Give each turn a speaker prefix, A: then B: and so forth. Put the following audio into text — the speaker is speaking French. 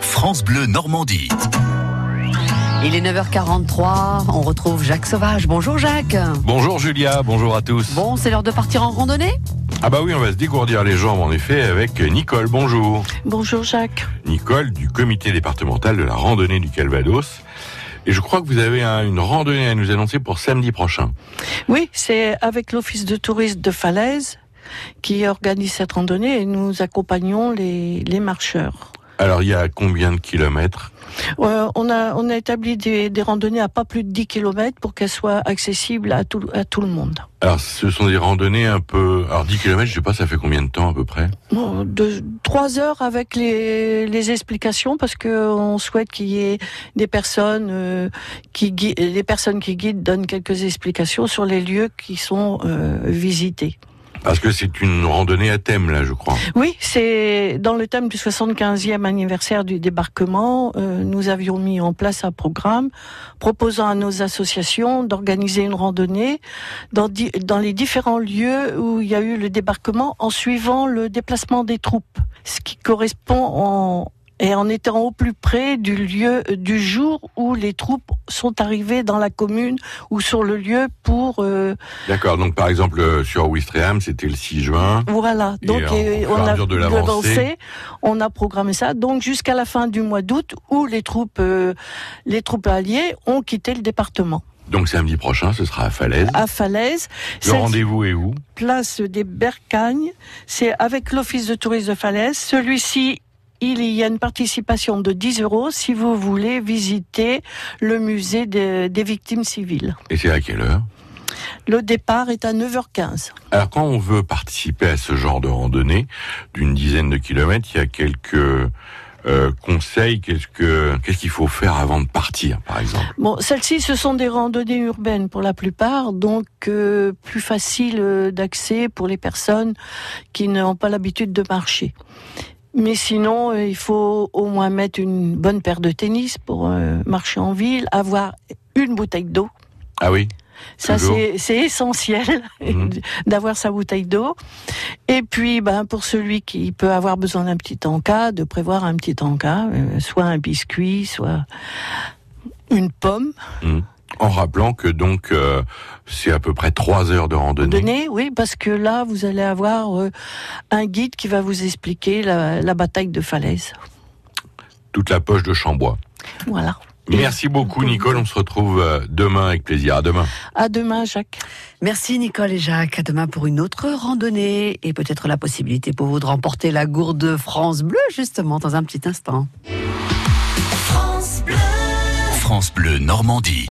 A: France Bleu Normandie.
B: Il est 9h43, on retrouve Jacques Sauvage. Bonjour Jacques.
C: Bonjour Julia, bonjour à tous.
B: Bon, c'est l'heure de partir en randonnée
C: Ah bah oui, on va se dégourdir les jambes en effet avec Nicole, bonjour.
D: Bonjour Jacques.
C: Nicole du comité départemental de la randonnée du Calvados. Et je crois que vous avez un- une randonnée à nous annoncer pour samedi prochain.
D: Oui, c'est avec l'Office de tourisme de Falaise qui organise cette randonnée et nous accompagnons les, les marcheurs.
C: Alors il y a combien de kilomètres
D: Euh, on, a, on a établi des, des randonnées à pas plus de 10 km pour qu'elles soient accessibles à tout, à tout le monde.
C: Alors ce sont des randonnées un peu... Alors 10 kilomètres, je sais pas, ça fait combien de temps à peu près
D: Bon, de, trois heures avec les, les explications parce que on souhaite qu'il y ait des personnes euh, qui gui- les personnes qui guident donnent quelques explications sur les lieux qui sont euh, visités.
C: Parce que c'est une randonnée à thème là, je crois.
D: Oui, c'est dans le thème du 75e anniversaire du débarquement, euh, nous avions mis en place un programme proposant à nos associations d'organiser une randonnée dans, di- dans les différents lieux où il y a eu le débarquement en suivant le déplacement des troupes, ce qui correspond en et en étant au plus près du lieu euh, du jour où les troupes sont arrivées dans la commune ou sur le lieu pour euh,
C: D'accord, donc par exemple euh, sur Ouistreham, c'était le 6 juin.
D: voilà,
C: Et
D: donc
C: en- au
D: euh,
C: fur et
D: on
C: à
D: a
C: mesure de
D: de
C: l'avancée.
D: l'avancée, on a programmé ça. Donc jusqu'à la fin du mois d'août, où les troupes, euh, les troupes alliées ont quitté le département.
C: Donc samedi prochain, ce sera à Falaise.
D: À Falaise,
C: Le
D: cette
C: rendez-vous est où
D: place des Bercagnes, c'est avec l'office de tourisme de Falaise. Celui-ci. Il y a une participation de 10 euros si vous voulez visiter le musée des- des victimes civiles.
C: Et c'est à quelle heure
D: Le départ est à 9h15.
C: Alors quand on veut participer à ce genre de randonnée d'une dizaine de kilomètres, il y a quelques euh, conseils. Qu'est-ce que qu'est-ce qu'il faut faire avant de partir, par exemple
D: Bon, celles-ci, ce sont des randonnées urbaines pour la plupart, donc euh, plus faciles euh, d'accès pour les personnes qui n'ont pas l'habitude de marcher. Mais sinon, euh, il faut au moins mettre une bonne paire de tennis pour euh, marcher en ville, avoir une bouteille d'eau.
C: Ah oui.
D: Ça,
C: Toujours.
D: c'est c'est essentiel
C: Mhm.
D: d'avoir sa bouteille d'eau. Et puis, ben, pour celui qui peut avoir besoin d'un petit encas, de prévoir un petit encas, euh, soit un biscuit, soit une pomme.
C: En rappelant que donc euh, c'est à peu près trois heures de randonnée.
D: Donné, oui, parce que là, vous allez avoir euh, un guide qui va vous expliquer la, la bataille de Falaise.
C: Toute la poche de Chambois.
D: Voilà.
C: Merci beaucoup, Nicole. On se retrouve euh, demain avec plaisir. À demain.
D: À demain, Jacques.
B: Merci Nicole et Jacques. À demain pour une autre randonnée et peut-être la possibilité pour vous de remporter la gourde France Bleu justement dans un petit instant.
A: France Bleu Normandie.